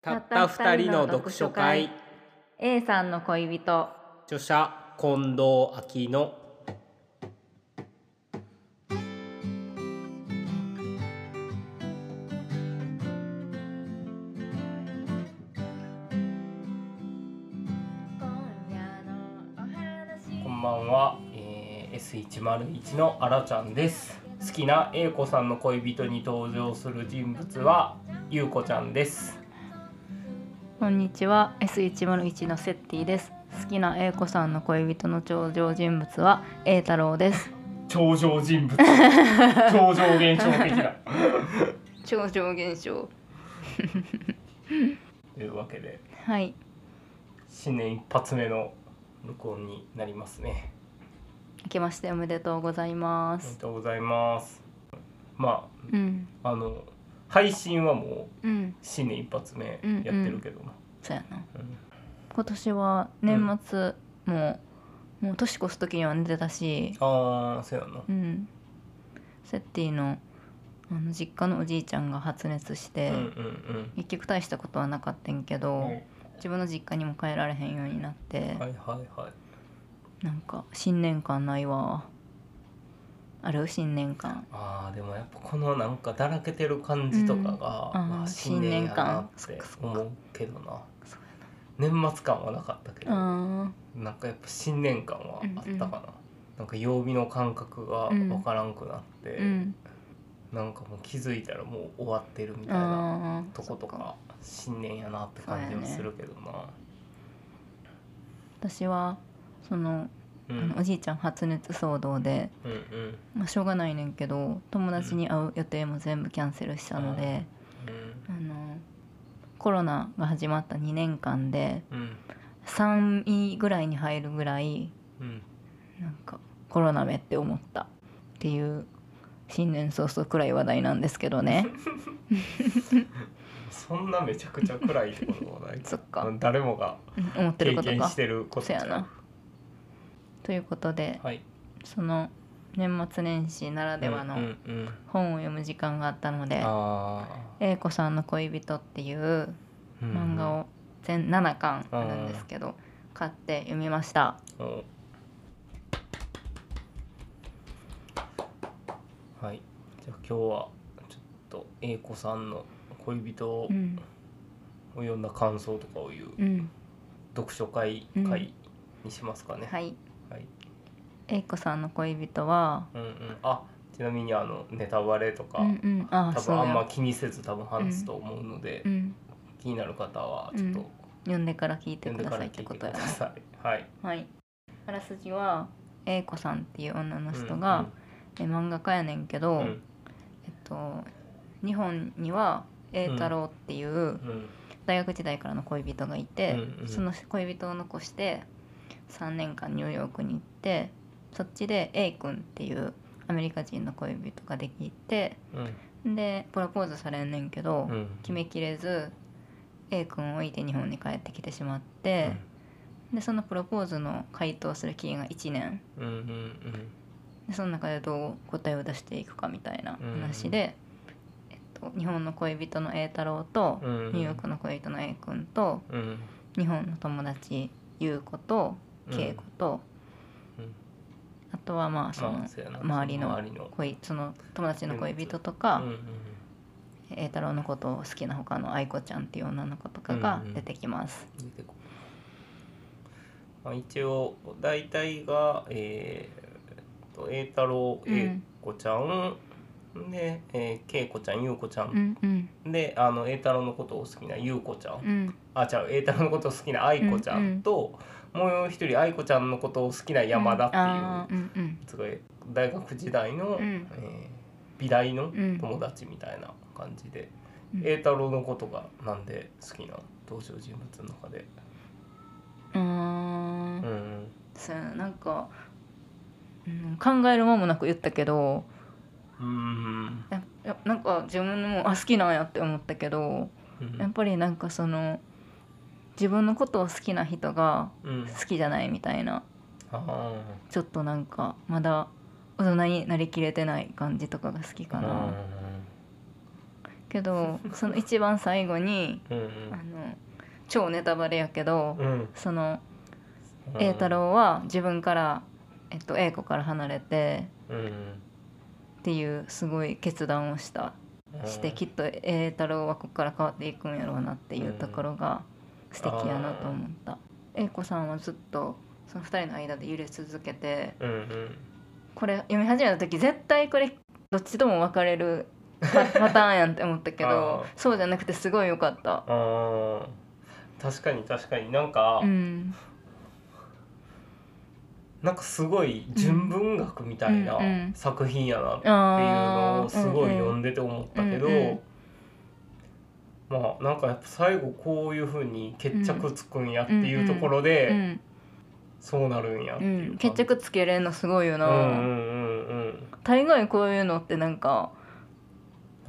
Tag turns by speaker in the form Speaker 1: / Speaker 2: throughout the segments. Speaker 1: たった二人の読書会
Speaker 2: A さんの恋人
Speaker 1: 著者近藤昭乃こんばんは、えー、S101 のあらちゃんです好きな A 子さんの恋人に登場する人物はゆうこちゃんです
Speaker 2: こんにちは S101 のセッティです好きな A 子さんの恋人の登場人物は A 太郎です
Speaker 1: 超常人 物超常現象的な
Speaker 2: 超常現象
Speaker 1: というわけで
Speaker 2: はい
Speaker 1: 新年一発目の録音になりますね
Speaker 2: 明けましておめでとうございま
Speaker 1: ありが
Speaker 2: す
Speaker 1: とうございますま
Speaker 2: うん
Speaker 1: ああの配信はもう
Speaker 2: うん
Speaker 1: 新年一発目やってるけども、
Speaker 2: そうやな
Speaker 1: うん
Speaker 2: 今年は年末も、もう年越す時には寝てたし
Speaker 1: ああそうやな
Speaker 2: うんセッティのあの実家のおじいちゃんが発熱して、
Speaker 1: うんうん
Speaker 2: 結局大したことはなかったんけ
Speaker 1: う
Speaker 2: ど、
Speaker 1: ん、はい
Speaker 2: 自分の実家にも帰られへんようになって、
Speaker 1: はいはい
Speaker 2: なんか新年感ないわある新年感
Speaker 1: あーでもやっぱこのなんかだらけてる感じとかが、
Speaker 2: うんあー
Speaker 1: まあ、新年やなっ
Speaker 2: 新年
Speaker 1: て
Speaker 2: 感
Speaker 1: 思うけどな
Speaker 2: そう
Speaker 1: 年末感はなかったけど、
Speaker 2: あ
Speaker 1: なんかやっぱ新年感はあったかな、なんか曜日の感覚がわからんくなって、
Speaker 2: ーうん
Speaker 1: なんかもう気づいたらもう終わってるみたいな
Speaker 2: あー
Speaker 1: とこと
Speaker 2: そっ
Speaker 1: か新年やなって感じもするけどな
Speaker 2: 私はその,、
Speaker 1: う
Speaker 2: あ
Speaker 1: ん
Speaker 2: のおじいちゃん発熱騒動で、
Speaker 1: うんうん
Speaker 2: まあ、しょうがないねんけど友達に会う予定も全部キャンセルしたので、
Speaker 1: うん
Speaker 2: あのコロナが始まった2年間で
Speaker 1: うん
Speaker 2: 3位ぐらいに入るぐらい
Speaker 1: うん
Speaker 2: なんかコロナ目って思ったっていう新年早々くらい話題なんですけどね
Speaker 1: そんなめちゃくちゃ暗いってことはない
Speaker 2: そっか
Speaker 1: 誰もが
Speaker 2: うん思って
Speaker 1: 経
Speaker 2: ること
Speaker 1: 験
Speaker 2: か
Speaker 1: し。てること
Speaker 2: そ
Speaker 1: じゃ
Speaker 2: やなということで
Speaker 1: はい
Speaker 2: その年末年始ならでは
Speaker 1: うんう
Speaker 2: の
Speaker 1: んうん
Speaker 2: 本を読む時間があったので
Speaker 1: あ
Speaker 2: 「英子さんの恋人」っていう
Speaker 1: ーうん
Speaker 2: 漫画を全7巻あるんですけど買って読みました。
Speaker 1: おはいじゃあ今日はちょっと英子さんの恋人を
Speaker 2: うん
Speaker 1: 読んだ感想とかを言う
Speaker 2: うん
Speaker 1: 読書会
Speaker 2: うん
Speaker 1: 会にしますかね、
Speaker 2: はい
Speaker 1: はい
Speaker 2: 英子さんの恋人は
Speaker 1: うんうん、あちなみにあのネタバレとか、
Speaker 2: うんうんあ
Speaker 1: 多
Speaker 2: そう
Speaker 1: 分あんま
Speaker 2: や、
Speaker 1: 気にせず多分話すと思うので、
Speaker 2: うん、
Speaker 1: 気になる方はちょっと
Speaker 2: 読んでから聞いて
Speaker 1: 読んで
Speaker 2: くだ
Speaker 1: か
Speaker 2: さ
Speaker 1: ら聞
Speaker 2: いっ
Speaker 1: いて
Speaker 2: てこ
Speaker 1: く
Speaker 2: とや
Speaker 1: だ
Speaker 2: な。
Speaker 1: さい。はい。
Speaker 2: はい、あらすじは英子さんっていう女の人
Speaker 1: う
Speaker 2: が
Speaker 1: ん、
Speaker 2: え漫画家やねんけど、
Speaker 1: うん
Speaker 2: えっと、日本には栄太郎っていう
Speaker 1: うん
Speaker 2: 大学時代からの恋人がいて、
Speaker 1: うんうん
Speaker 2: その恋人を残して3年間ニューヨークに行ってそっちで A 君っていうアメリカ人の恋人ができて
Speaker 1: うん
Speaker 2: でプロポーズされんねんけど、
Speaker 1: うん
Speaker 2: 決めきれず A 君を置いて日本に帰ってきてしまって、でそのプロポーズの回答する期限が1年
Speaker 1: うんうん
Speaker 2: でその中でどう答えを出していくかみたいな話で、えっと、日本の恋人の栄太郎と、
Speaker 1: うんうん
Speaker 2: ニューヨークの恋人の A 君と
Speaker 1: うん
Speaker 2: 日本の友達優子と
Speaker 1: うん
Speaker 2: 恵子と、
Speaker 1: うん
Speaker 2: あとはまあそ
Speaker 1: ま
Speaker 2: の
Speaker 1: あそうやな
Speaker 2: 周りの
Speaker 1: 周りの
Speaker 2: 恋その友達の恋人と
Speaker 1: う
Speaker 2: か
Speaker 1: んうん
Speaker 2: 栄太郎のことを好きな他の愛子ちゃんっていう女の子とかが出てきます。
Speaker 1: 出てこまあ一応大体がえー、と栄太郎
Speaker 2: うん
Speaker 1: 栄子ちゃん、で、えー、恵子ちゃん優子ちゃ、
Speaker 2: うんんうん
Speaker 1: であの栄太郎のことを好きな優子ちゃん、
Speaker 2: うん
Speaker 1: あ違う栄太郎のことを好きな愛子ちゃんと、もう一人愛子ちゃんのことを好きな山田っていう、
Speaker 2: あーうんうん
Speaker 1: すごい大学時代の、
Speaker 2: うん
Speaker 1: えー美大の
Speaker 2: うん
Speaker 1: 友達みたいな感じで
Speaker 2: うん
Speaker 1: 栄、太郎のことがなんで好きな登場人物の中で。
Speaker 2: うーん
Speaker 1: うんうん
Speaker 2: そうやななんか、うん、考える間もなく言ったけど
Speaker 1: うん
Speaker 2: ややなんか自分もあ好きなんやって思ったけど
Speaker 1: うん
Speaker 2: やっぱりなんかその自分のことを好きな人が
Speaker 1: うん
Speaker 2: 好きじゃないみたいな
Speaker 1: あ
Speaker 2: ちょっとなんかまだ大人になりきれてない感じとかが好き
Speaker 1: ー
Speaker 2: かな。けどその一番最後に
Speaker 1: うん
Speaker 2: あの超ネタバレやけど、
Speaker 1: うんうん
Speaker 2: その栄太郎は自分から、えっと、栄子から離れて
Speaker 1: うん
Speaker 2: っていうすごい決断をした
Speaker 1: うん
Speaker 2: してきっと栄太郎はここから変わっていくんやろうなっていうところが素敵やなと思った栄子さんはずっとその2人の間で揺れ続けて
Speaker 1: うんうん
Speaker 2: これ読み始めた時絶対これどっちとも分かれるパ パターンやんって思ったけ
Speaker 1: あ
Speaker 2: ど
Speaker 1: ー
Speaker 2: そうじゃなくてすごい良かった。
Speaker 1: あー確かに確かになんか、
Speaker 2: うん、
Speaker 1: なんかすごい純文学みたいな
Speaker 2: うんうん
Speaker 1: 作品やなっていう
Speaker 2: あ
Speaker 1: のをすごい読ん
Speaker 2: で
Speaker 1: でて思ったけど、
Speaker 2: うんうん
Speaker 1: まあなんかやっぱ最後こういうふうに決着つくんやっていうところで、
Speaker 2: うん
Speaker 1: そうなるんやって
Speaker 2: う、
Speaker 1: いうん感
Speaker 2: 決
Speaker 1: じ、
Speaker 2: 着つけれんのすごいよ
Speaker 1: う
Speaker 2: な、
Speaker 1: んうんうんうん
Speaker 2: 大概こういうのってなんか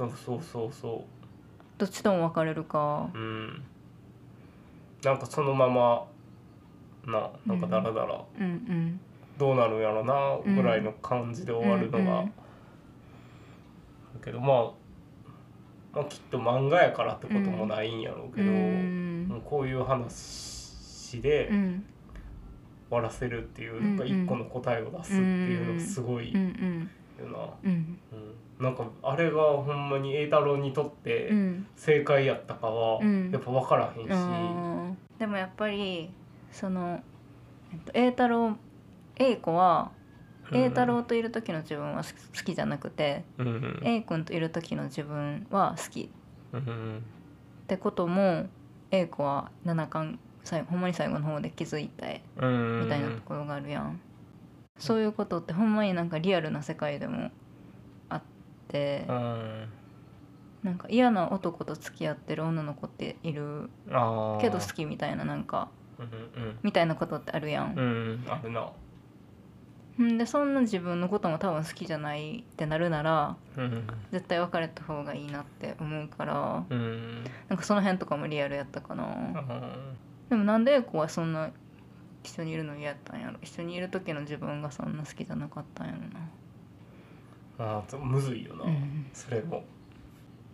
Speaker 1: なんかそうそうそ
Speaker 2: どっちとも分かれるか
Speaker 1: ううんなんかそのままななんかダラダラ
Speaker 2: うんうん
Speaker 1: どうなるんやろなぐらいの感じで終わるのが、
Speaker 2: うんうん
Speaker 1: だけどまあ、まあきっと漫画やからってこともないんやろうけど、
Speaker 2: うん
Speaker 1: もうこういう話で
Speaker 2: う
Speaker 1: 終
Speaker 2: ん
Speaker 1: わらせるっていう、なんか一個の答えを出すっていうのがすごい
Speaker 2: うんう
Speaker 1: よ
Speaker 2: ん
Speaker 1: な、
Speaker 2: う
Speaker 1: う
Speaker 2: ん
Speaker 1: んなんかあれがほんまに栄太郎にとって
Speaker 2: うん
Speaker 1: 正解やったかは
Speaker 2: うん
Speaker 1: やっぱ分からへんし、
Speaker 2: あーでもやっぱりそのえっと栄太郎栄子は
Speaker 1: うん
Speaker 2: 栄太郎といる時の自分は好き好きじゃなくて
Speaker 1: うんうん
Speaker 2: 栄君といる時の自分は好き
Speaker 1: うん
Speaker 2: ってことも栄子は七巻最後ほんまに最後の方で気づいて
Speaker 1: うん
Speaker 2: みたいなところがあるやん、そういうことってほんまになんかリアルな世界でもあって、
Speaker 1: うん
Speaker 2: なんか嫌な男と付き合ってる女の子っている
Speaker 1: あー
Speaker 2: けど好きみたいななんか
Speaker 1: うん
Speaker 2: みたいなことってあるやん
Speaker 1: うん、うんあるな、
Speaker 2: うんでそんな自分のことも多分好きじゃないってなるなら
Speaker 1: うん
Speaker 2: 絶対別れた方がいいなって思うから
Speaker 1: うん
Speaker 2: なんかその辺とかもリアルやったかな
Speaker 1: あ
Speaker 2: でもなんで英子はそんな一緒にいるの嫌やったんやろ一緒にいる時の自分がそんな好きじゃなかったんやろ
Speaker 1: ーあーむずいよな、
Speaker 2: な、うん、
Speaker 1: それも、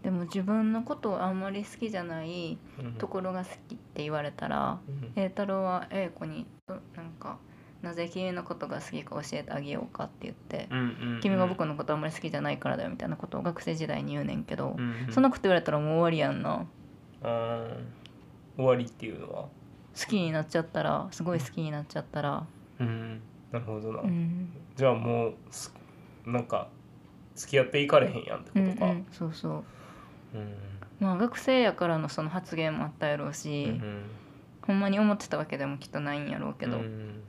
Speaker 2: でも自分のことをあんまり好きじゃない
Speaker 1: うん
Speaker 2: ところが好きって言われたら
Speaker 1: うん
Speaker 2: 栄太郎は英子にどなんかなぜ君のことが好きか教えてあげようかって言って
Speaker 1: うんうんうん
Speaker 2: 君が僕のことあんまり好きじゃないからだよみたいなことを学生時代に言うねんけど、
Speaker 1: うんうん
Speaker 2: そんなこと言われたらもう終わりやんな
Speaker 1: うん終わりっていうのは
Speaker 2: 好きになっちゃったらすごい好きになっちゃったら、
Speaker 1: うんなるほどな、
Speaker 2: うん、
Speaker 1: じゃあもうすなんか付き合っていかれへんやんって
Speaker 2: うんう
Speaker 1: ことか、
Speaker 2: んそうそう
Speaker 1: うん
Speaker 2: まあ学生やからのその発言もあったやろう
Speaker 1: う
Speaker 2: し、
Speaker 1: ん
Speaker 2: ほんまに思ってたわけでもきっとないんやろうけど、
Speaker 1: うん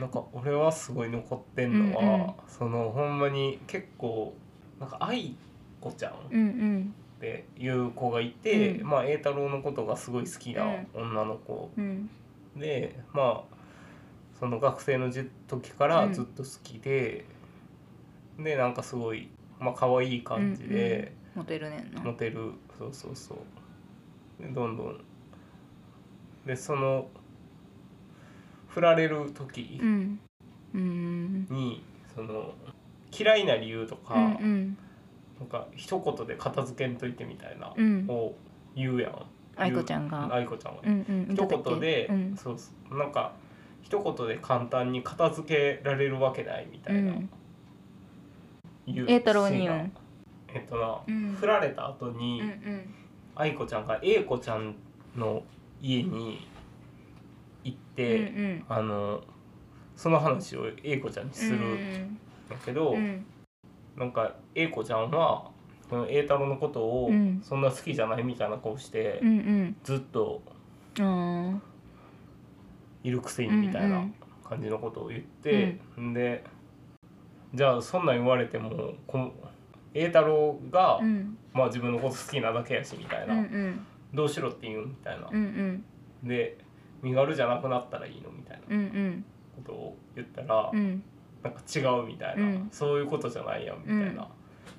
Speaker 1: なんか俺はすごい残ってんのは、
Speaker 2: うんうん
Speaker 1: そのほんまに結構なんか愛子ちゃん
Speaker 2: うんうん
Speaker 1: っていう子がいて、
Speaker 2: うん
Speaker 1: まあ栄太郎のことがすごい好きな女の子
Speaker 2: うん
Speaker 1: でまあその学生のじ時からずっと好きで、でなんかすごいまあ可愛い感じで
Speaker 2: モテるねんな
Speaker 1: モテる、そうそうそうでどんどんでその振られる時
Speaker 2: うんうん
Speaker 1: に、その嫌いな理由とか、
Speaker 2: うんうん
Speaker 1: なんか一言で片付けんといてみたいな、
Speaker 2: うん
Speaker 1: を言うやん
Speaker 2: 愛子ちゃんが
Speaker 1: 愛子ちゃんはね、
Speaker 2: うんうん
Speaker 1: 一言で、
Speaker 2: うん
Speaker 1: そうそうなんか一言で簡単に片付けられるわけないみたいな、
Speaker 2: うん
Speaker 1: 言う
Speaker 2: 栄太郎に言
Speaker 1: シー
Speaker 2: う
Speaker 1: ン
Speaker 2: ん
Speaker 1: がえっとな、
Speaker 2: うん
Speaker 1: 振られた後
Speaker 2: う
Speaker 1: に、
Speaker 2: んうん
Speaker 1: 愛子ちゃんが英子ちゃんの家に行っ
Speaker 2: う
Speaker 1: て、
Speaker 2: ん
Speaker 1: あのその話を英子ちゃんにする
Speaker 2: うん
Speaker 1: んだけど、
Speaker 2: うん
Speaker 1: なんか英子ちゃんはこの栄太郎のことを
Speaker 2: うん
Speaker 1: そんな好きじゃないみたいな顔して、
Speaker 2: うんうん
Speaker 1: ずっと
Speaker 2: あ
Speaker 1: いるくせにみたい
Speaker 2: うんう
Speaker 1: なん感じのことを言って、んでじゃあそんなん言われてもこ栄太郎が、
Speaker 2: あうん
Speaker 1: まあ自分のこと好きなだけやしみたい
Speaker 2: うんう
Speaker 1: な、
Speaker 2: ん
Speaker 1: どうしろって言うみたいな、
Speaker 2: うんうん
Speaker 1: で身軽じゃなくなったらいいのみたいな
Speaker 2: うんうん
Speaker 1: ことを言ったら、
Speaker 2: うん
Speaker 1: なんか違うみたいな、
Speaker 2: うん
Speaker 1: そういうことじゃないやんみたいな、
Speaker 2: うん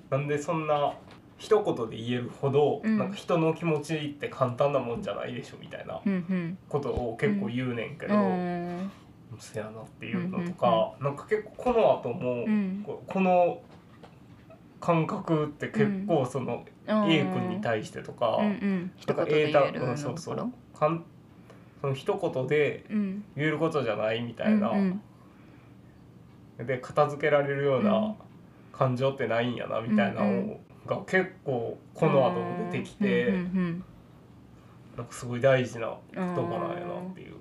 Speaker 1: なんでそんな一言で言えるほど、
Speaker 2: うん
Speaker 1: なんか人の気持ちって簡単なもんじゃないでしょみたいな
Speaker 2: うんうん
Speaker 1: ことを結構言うねんけど、
Speaker 2: うん
Speaker 1: せやなっていうのとか、なんか結構この後も、
Speaker 2: うん
Speaker 1: ここの感覚って結構その A 君に対してとか、
Speaker 2: うんうん、
Speaker 1: と
Speaker 2: 一
Speaker 1: か
Speaker 2: 言で言える
Speaker 1: 英単
Speaker 2: の
Speaker 1: うんそう
Speaker 2: と
Speaker 1: そ
Speaker 2: こ
Speaker 1: う
Speaker 2: ろ
Speaker 1: かんその一言で
Speaker 2: うん
Speaker 1: 言えることじゃないみ
Speaker 2: う
Speaker 1: たい
Speaker 2: ん
Speaker 1: な、
Speaker 2: うん
Speaker 1: で片付けられるよう
Speaker 2: うん
Speaker 1: な感情ってないんやなみたいなのを、
Speaker 2: うんう
Speaker 1: が結構この後も出てきて、
Speaker 2: うんうん
Speaker 1: なんかすごい大事な言葉なんやなっていう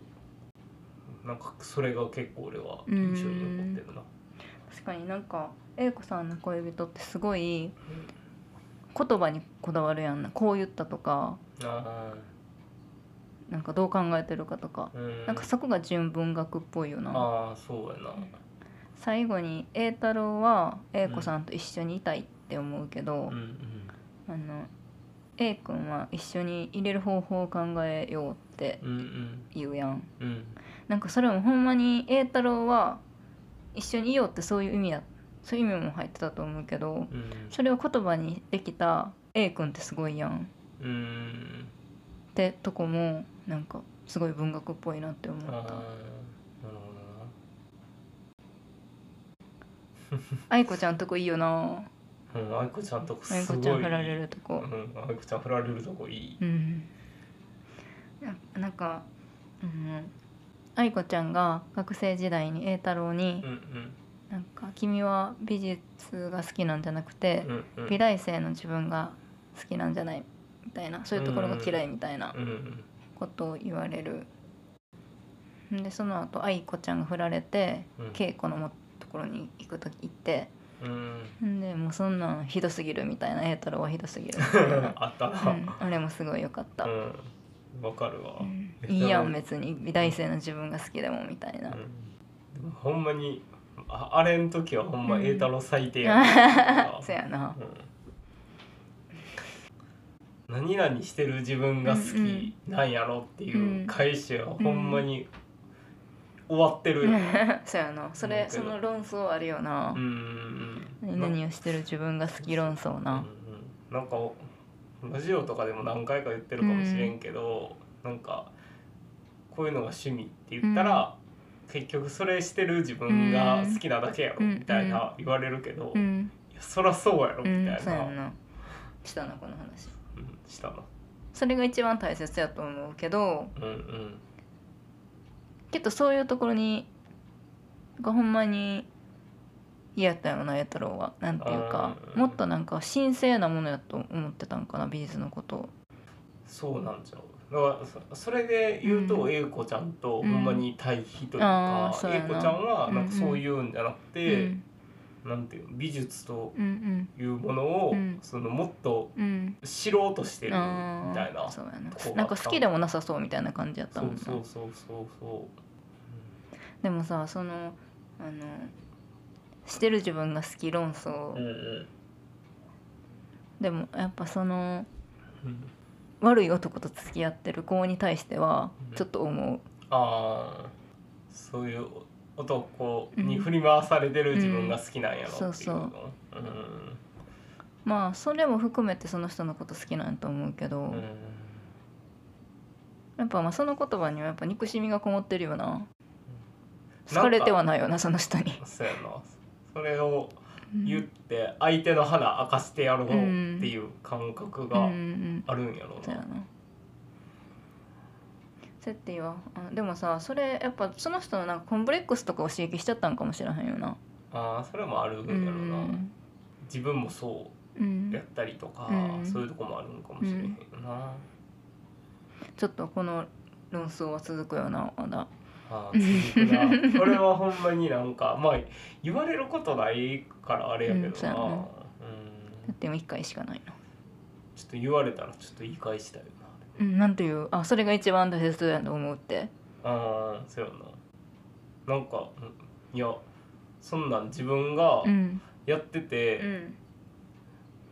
Speaker 1: なんかそれが結構俺は印象に残ってるな。
Speaker 2: うん確かになんか英子さんの恋人ってすごい言葉にこだわるやんなこう言ったとか
Speaker 1: あ
Speaker 2: なんかどう考えてるかとか
Speaker 1: ーうん
Speaker 2: なんかそこが純文学っぽいよな
Speaker 1: あーそうやな。
Speaker 2: 最後に栄太郎は英子さんと一緒にいたいって思うけ
Speaker 1: う
Speaker 2: ど、
Speaker 1: んうん
Speaker 2: あの A 君は一緒に入れる方法を考えようって
Speaker 1: うん
Speaker 2: 言うやん
Speaker 1: うんうん
Speaker 2: なんかそれもほんまに栄太郎は一緒にいようってそういう意味だそういう意味も入ってたと思うけど
Speaker 1: うん
Speaker 2: それを言葉にできた A 君ってすごいやん
Speaker 1: うん
Speaker 2: ってとこもなんかすごい文学っぽいなって思
Speaker 1: あーなる
Speaker 2: っ
Speaker 1: ほど
Speaker 2: た
Speaker 1: な。
Speaker 2: 愛子ちゃんとこいいよな
Speaker 1: うん、愛子ちゃんとこすごい
Speaker 2: 愛子ちゃん振られると
Speaker 1: う
Speaker 2: こ
Speaker 1: ん、愛子ちゃん振られるとこいい
Speaker 2: うんななんか、うん、愛子ちゃんが学生時代に栄太郎に、
Speaker 1: うん
Speaker 2: なんか君は美術が好きなんじゃなくて
Speaker 1: うんう、んうん
Speaker 2: 美大生の自分が好きなんじゃないみたいなそういうところが嫌いみたいな
Speaker 1: うんうん
Speaker 2: ことを言われる、でその後愛子ちゃんが振られて、
Speaker 1: うん
Speaker 2: 稽古のもところに行く時行って
Speaker 1: うん
Speaker 2: んでもうそんなんひどすぎるみたいな栄太郎はひどすぎるみたい な、
Speaker 1: あった
Speaker 2: う
Speaker 1: な、
Speaker 2: ん、あれもすごい良かった、
Speaker 1: うん、わかるわ、
Speaker 2: うん
Speaker 1: めっちゃ
Speaker 2: いいやん別に美大生の自分が好きでもみたいな、
Speaker 1: うんでもほんまにああれん時はほんま
Speaker 2: うん
Speaker 1: 栄太郎最低やな
Speaker 2: そうやな
Speaker 1: うん何々してる自分が好きなんやろっていう返しはほんまに終わってるよ、
Speaker 2: そうやなそれ
Speaker 1: 思うけ
Speaker 2: そ
Speaker 1: ど
Speaker 2: の論争あるよな、
Speaker 1: うんうんうん、
Speaker 2: 何々をしてる自分が好き論争な。
Speaker 1: うんうん、なんかラジオとかでも何回か言ってるかもしれんけど、なんかこういうのが趣味って言ったら、結局それしてる自分が好きなだけやろ
Speaker 2: うん
Speaker 1: みたいな言われるけど、
Speaker 2: う
Speaker 1: い
Speaker 2: ん、
Speaker 1: やそらそうやろ
Speaker 2: う
Speaker 1: み
Speaker 2: ん
Speaker 1: た、い
Speaker 2: そうや
Speaker 1: な、
Speaker 2: んな。したなこの話。
Speaker 1: うんしたの。
Speaker 2: それが一番大切やと思うけど、
Speaker 1: うんうん
Speaker 2: きっとそういうところにがほんまに嫌やったよな栄太郎は。なんていうか、
Speaker 1: うん
Speaker 2: もっとなんか神聖なものやと思ってたんかな美術のことを。
Speaker 1: そうなんちゃうだからそそれで言う
Speaker 2: う
Speaker 1: と
Speaker 2: ん
Speaker 1: 英子ちゃんとほんまに対比というか
Speaker 2: あー、そうや
Speaker 1: 英
Speaker 2: な
Speaker 1: 子ちゃんはなんかそういうんじゃなく
Speaker 2: う
Speaker 1: て、
Speaker 2: ん
Speaker 1: なんていうの美術と
Speaker 2: うん
Speaker 1: いうものを、
Speaker 2: うん
Speaker 1: そのもっと
Speaker 2: うんうん。
Speaker 1: 知ろうとしてるみ
Speaker 2: あー
Speaker 1: たいな
Speaker 2: そうや
Speaker 1: こうあった
Speaker 2: ななんか好きでもなさそうみたいな感じやった
Speaker 1: そ
Speaker 2: もん
Speaker 1: う
Speaker 2: な
Speaker 1: そうそうそうそ
Speaker 2: でもさそのあのしてる自分が好き論争
Speaker 1: ううんうん
Speaker 2: でもやっぱその
Speaker 1: うん
Speaker 2: 悪い男と付き合ってる子に対しては
Speaker 1: うん
Speaker 2: ちょっと思う、
Speaker 1: ああそういう男に振り回されてる自分が好きなんやろっていう
Speaker 2: うん
Speaker 1: のうん
Speaker 2: まあそれも含めてその人のこと好きなんやと思うけど、
Speaker 1: うん
Speaker 2: やっぱまあその言葉にはやっぱ憎しみがこもってるよな
Speaker 1: なんか
Speaker 2: 好かれてはないよなその人に
Speaker 1: そうやなそれを言って相手の花明かしてやろうっていう感覚
Speaker 2: うんう
Speaker 1: が
Speaker 2: ん
Speaker 1: あるんやろ
Speaker 2: うん
Speaker 1: う
Speaker 2: そうや
Speaker 1: な
Speaker 2: なセッティはあでもさそれやっぱその人のなんかコンプレックスとかを刺激しちゃったんかもしれへんよな
Speaker 1: ああそれもあるん
Speaker 2: う
Speaker 1: やろうなん自分もそう
Speaker 2: うん
Speaker 1: やったりとか
Speaker 2: うん
Speaker 1: そういうとこもあるんかもしれへんよな
Speaker 2: ちょっとこの論争は続くよなまだ
Speaker 1: あー続くなこれはほんまになんかまあ言われることないからあれやけど
Speaker 2: うんそう
Speaker 1: な、
Speaker 2: や
Speaker 1: う
Speaker 2: なんだってもう1回しかないな
Speaker 1: ちょっと言われたらちょっと言い返したいな
Speaker 2: うん、なんていうあそれが一番大切だと思うって
Speaker 1: ああそうやななんかうんいやそんなん自分が
Speaker 2: うん
Speaker 1: やってて、
Speaker 2: うん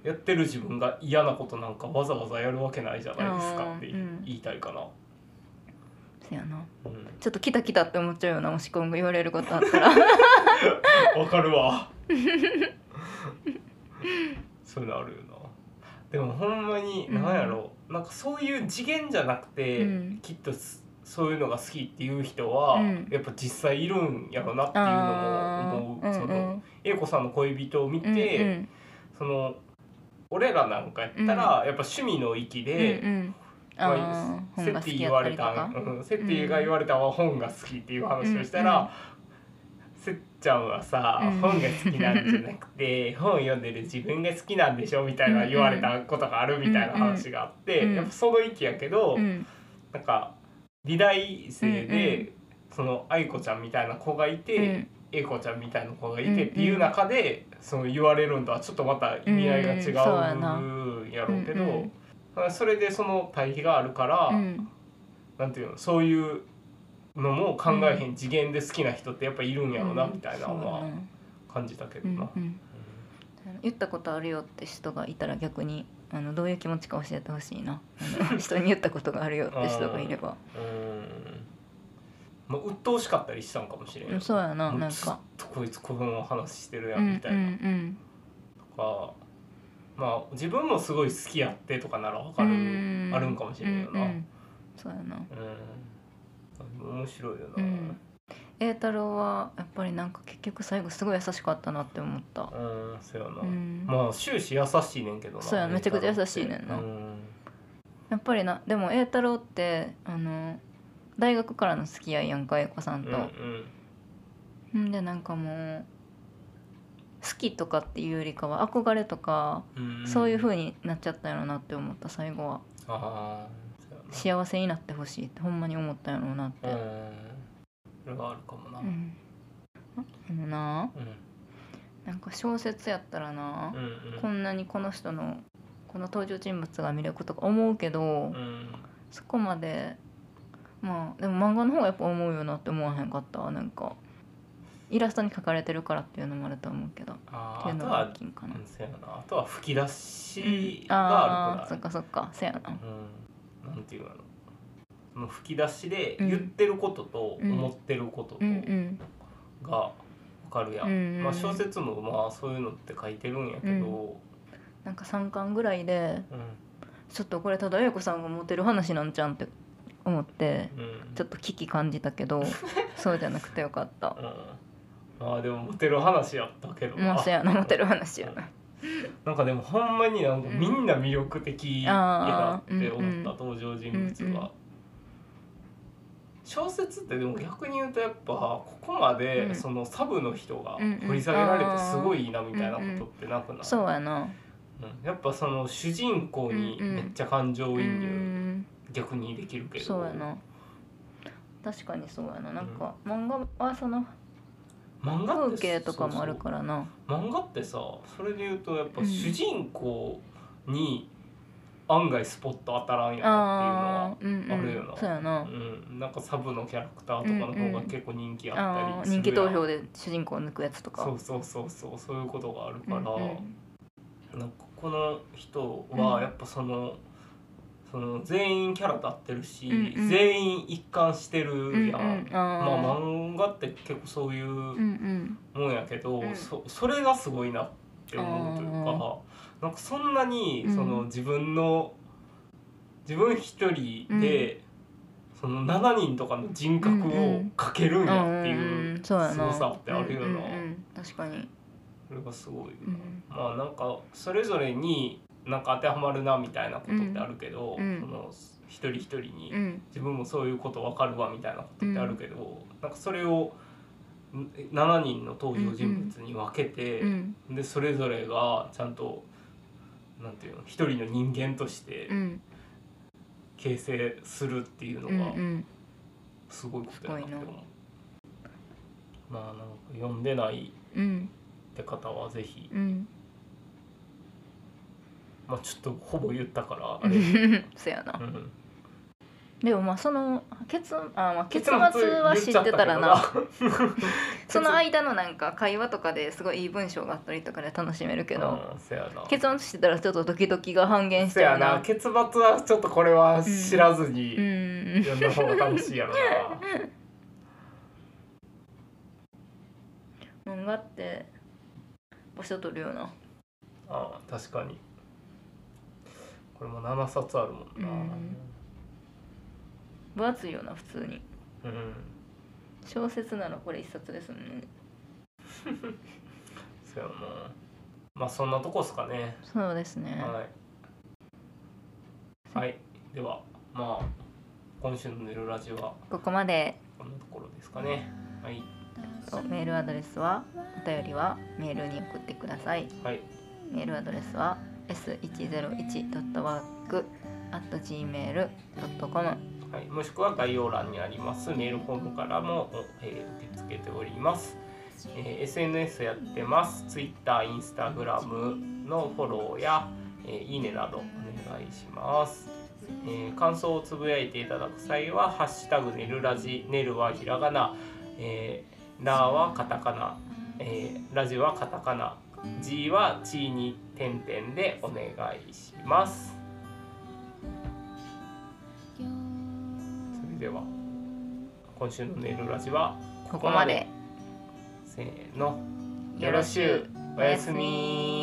Speaker 1: やってる自分が嫌なことなんかわざわざやるわけないじゃないですかって
Speaker 2: あーうん
Speaker 1: 言いたいかな、
Speaker 2: せやな
Speaker 1: うん
Speaker 2: ちょっと来た来たって思っちゃうようなもし今後言われることあ ったら
Speaker 1: わかるわ そういうのあるよなでもほんまに
Speaker 2: うん
Speaker 1: 何やろう、なんかそういう次元じゃなくて、
Speaker 2: うん
Speaker 1: きっとすそういうのが好きっていう人は、
Speaker 2: うん
Speaker 1: やっぱ実際いるんやろなっていうのも
Speaker 2: あ
Speaker 1: 思う、
Speaker 2: ー
Speaker 1: そ
Speaker 2: うんうん
Speaker 1: の英子さんの恋人を見て、
Speaker 2: うんうん
Speaker 1: その俺らなんかやったら、やっぱ趣味の域で、
Speaker 2: うんうん
Speaker 1: ま
Speaker 2: あ
Speaker 1: あ、
Speaker 2: ー
Speaker 1: セッ
Speaker 2: 本が
Speaker 1: テ
Speaker 2: 好
Speaker 1: ィ言
Speaker 2: きやっ
Speaker 1: わ
Speaker 2: た
Speaker 1: れ
Speaker 2: りと
Speaker 1: た
Speaker 2: か
Speaker 1: ん、うん、セッティが言われたんは本が好きっていう話をしたら、せっちゃんはさ、
Speaker 2: うん
Speaker 1: 本が好きなんじゃなく て本読んでる自分が好きなんでしょみたいな言われたことがあるみたいな話があって、
Speaker 2: うん
Speaker 1: やっぱその域やけど、
Speaker 2: うん
Speaker 1: なんか美大生で、
Speaker 2: うんう
Speaker 1: その愛子ちゃんみたいな子がいて、
Speaker 2: うん
Speaker 1: 英子ちゃんみたいな子がいてっていう中で、その言われるんとはちょっとまた意味合いが違
Speaker 2: うんそうや
Speaker 1: うんやろうけど、
Speaker 2: うんうん
Speaker 1: だからそれでその対比があるから、
Speaker 2: うん
Speaker 1: なんていうのそういうのも考えへん次元で好きな人ってやっぱいるんやろな、みたいなの
Speaker 2: そう
Speaker 1: は
Speaker 2: やな
Speaker 1: 感じたけ
Speaker 2: う
Speaker 1: ど
Speaker 2: ん
Speaker 1: な。
Speaker 2: うん言ったことあるよって人がいたら逆にあのどういう気持ちか教えてほしいな あの人に言ったことがあるよって人がいれば
Speaker 1: うんまあ、鬱陶しかったりしたんかもしれん
Speaker 2: う
Speaker 1: よ
Speaker 2: んそうやな
Speaker 1: もう
Speaker 2: なん
Speaker 1: ずっ
Speaker 2: か
Speaker 1: とこいつこの話してるや
Speaker 2: うんん
Speaker 1: み
Speaker 2: う
Speaker 1: たいな、
Speaker 2: ん
Speaker 1: とかまあ自分もすごい好きやってとかならわ
Speaker 2: う
Speaker 1: かる、
Speaker 2: ん
Speaker 1: あるんかもしれんよな
Speaker 2: ううそうやな
Speaker 1: うん、面白いよな、
Speaker 2: う
Speaker 1: うんん
Speaker 2: 栄太郎はやっぱりなんか結局最後すごい優しかったなって思った
Speaker 1: そうやな、
Speaker 2: うん
Speaker 1: まあ終始優しいねんけどな
Speaker 2: そうやめちゃくちゃ優しいねんな
Speaker 1: うん
Speaker 2: やっぱりなでも栄太郎ってあの大学からの付き合いやんか栄子さん
Speaker 1: う
Speaker 2: と
Speaker 1: ん、うん
Speaker 2: んでなんかもう好きとかっていうよりかは憧れとか、
Speaker 1: うん
Speaker 2: そういう風になっちゃったやろなって思った最後は
Speaker 1: ああそう
Speaker 2: 幸せになってほしいってほんまに思ったやろなって、
Speaker 1: やなうんそれはあるかもな、
Speaker 2: うんああのな
Speaker 1: うん
Speaker 2: なんか小説やったらな、
Speaker 1: うんうん
Speaker 2: こんなにこの人のこの登場人物が魅力とか思うけど、
Speaker 1: うん
Speaker 2: そこまでまあでも漫画の方がやっぱ思うよなって思わへんかったなんかイラストに描かれてるからっていうのもあると思うけどっ
Speaker 1: あ
Speaker 2: て
Speaker 1: ーあ
Speaker 2: いうの
Speaker 1: と
Speaker 2: が
Speaker 1: は
Speaker 2: 大きいんかな
Speaker 1: うんそうやなあとは吹き出しがあ
Speaker 2: ああ
Speaker 1: る
Speaker 2: ーそ
Speaker 1: くらい、
Speaker 2: っかそっかせやな
Speaker 1: うん、なんていうのその吹き出しで言ってることと
Speaker 2: うん
Speaker 1: 思ってることと、
Speaker 2: うんうん
Speaker 1: がわかるやん、
Speaker 2: うんうん
Speaker 1: まあ、小説もまあそういうのって書いてるんやけど、う
Speaker 2: う
Speaker 1: んん
Speaker 2: なんか3巻ぐらいでちょっとこれただ英子さんがモテる話なんじゃんって思って
Speaker 1: うん
Speaker 2: ちょっと危機感じたけ どそうじゃなくてよかった
Speaker 1: うん、まあでもモテる話やったけど
Speaker 2: まあせやなモテる話やな
Speaker 1: なんかでもほんまになんか
Speaker 2: うん
Speaker 1: みんな魅力的やなって
Speaker 2: あーうん
Speaker 1: 思
Speaker 2: うん
Speaker 1: った、登場人物が、
Speaker 2: うんうん
Speaker 1: 小説ってでも逆に言うとやっぱここま
Speaker 2: うん
Speaker 1: でそのサブの人が
Speaker 2: うんうん
Speaker 1: 掘り下げられてすごいいいなみたいなことってなくない、
Speaker 2: そうやな
Speaker 1: うんやっぱその主人公にめっちゃ感情移
Speaker 2: う
Speaker 1: 入、
Speaker 2: ん
Speaker 1: 逆にできるけど
Speaker 2: そうやな確かにそうやななんか漫画はその
Speaker 1: 漫画って
Speaker 2: 風景とかもあるからな
Speaker 1: そうそう漫画ってさそれで言うとやっぱ
Speaker 2: うん
Speaker 1: 主人公に案外スポット当たらんやな
Speaker 2: あ
Speaker 1: っ
Speaker 2: あーうん
Speaker 1: あ
Speaker 2: うん
Speaker 1: るよな
Speaker 2: そうやな
Speaker 1: ていうのは、うん、なんかサブのキャラクターとかの方が結構人気あ
Speaker 2: あ
Speaker 1: った
Speaker 2: ー
Speaker 1: りするや
Speaker 2: 人
Speaker 1: ん
Speaker 2: 気投票で主人公を抜くやつとか
Speaker 1: そうそうそうそうそういうことがあるから、
Speaker 2: うんうん
Speaker 1: なんかこの人はやっぱその。その全員キャラ立ってるし、
Speaker 2: うんうん
Speaker 1: 全員一貫して
Speaker 2: う
Speaker 1: る
Speaker 2: んうん
Speaker 1: やん、まあ
Speaker 2: あ
Speaker 1: 漫画って結構そういう
Speaker 2: ーうんうん
Speaker 1: もんやけど、
Speaker 2: うん
Speaker 1: そそれがすごいなって思うというかなんかそんなに
Speaker 2: うん
Speaker 1: その自分の、自分一人で、その7人とかの人格
Speaker 2: うんう
Speaker 1: を
Speaker 2: ん
Speaker 1: かけるんやってい
Speaker 2: ん
Speaker 1: うす
Speaker 2: そ
Speaker 1: ご
Speaker 2: やな
Speaker 1: さってあるよな、
Speaker 2: うんうんうん確かに
Speaker 1: それがすごいよ
Speaker 2: う
Speaker 1: な、
Speaker 2: ん
Speaker 1: まあなんかそれぞれになんか当てはまるなみたいなことってあるけど、
Speaker 2: うんうん
Speaker 1: その一人一人に
Speaker 2: うん
Speaker 1: 自分もそういうことわかるわみたいなことってあるけど、なんかそれをん7人の登場人物に分けて、
Speaker 2: うん
Speaker 1: でそれぞれがちゃんとなんていうの一人の人間として
Speaker 2: うん
Speaker 1: 形成するっていうの
Speaker 2: うんう
Speaker 1: が
Speaker 2: ん
Speaker 1: すごいことやなって思う
Speaker 2: すごい。
Speaker 1: まあなんか読んでない
Speaker 2: うん
Speaker 1: って方はぜひ、
Speaker 2: うん
Speaker 1: まあ、ちょっとほぼ言ったからあ
Speaker 2: う
Speaker 1: れ、うん
Speaker 2: んそうやなでもまあその結あまあ結末は知ってたらな その間のなんか会話とかですごいいい文章があったりとかで楽しめるけ
Speaker 1: け
Speaker 2: ど、
Speaker 1: ど、うん、せやな
Speaker 2: 結末してたらちょっとドキドキが半減し
Speaker 1: せ
Speaker 2: ちゃ
Speaker 1: や
Speaker 2: うな
Speaker 1: な結末はちょっとこれは知らずに、
Speaker 2: うん
Speaker 1: 読んだ方が楽しいやろな。
Speaker 2: 漫画って場所取るよな
Speaker 1: ああ確かに。これも7冊あるもんな。
Speaker 2: 分厚いよな普通に
Speaker 1: うん。
Speaker 2: 小説ならこれ一冊ですもんね
Speaker 1: そうやな。まあそんなとこですかね。
Speaker 2: そうですね。
Speaker 1: はい。はい。ではまあ今週の寝るラジオは
Speaker 2: ここまで
Speaker 1: こんなところですかね。はい。
Speaker 2: とメールアドレスはお便りはメールに送ってください。
Speaker 1: はい。
Speaker 2: メールアドレスは s101.work.gmail.com
Speaker 1: はい、もしくは概要欄にありますメールフォームからも、えー受け付けております、えー SNS やってます Twitter、Instagram のフォローや、えーいいねなどお願いします、えー感想をつぶやいていただく際は「ハッシュタグねるラジ」「ねる」はひらがな「えーら」はカタカナ「えーラジ」はカタカナ「G」は「ち」に点々でお願いしますそれでは今週の「ねるラジ」は
Speaker 2: ここまで。
Speaker 1: せーのよろしゅうおやすみ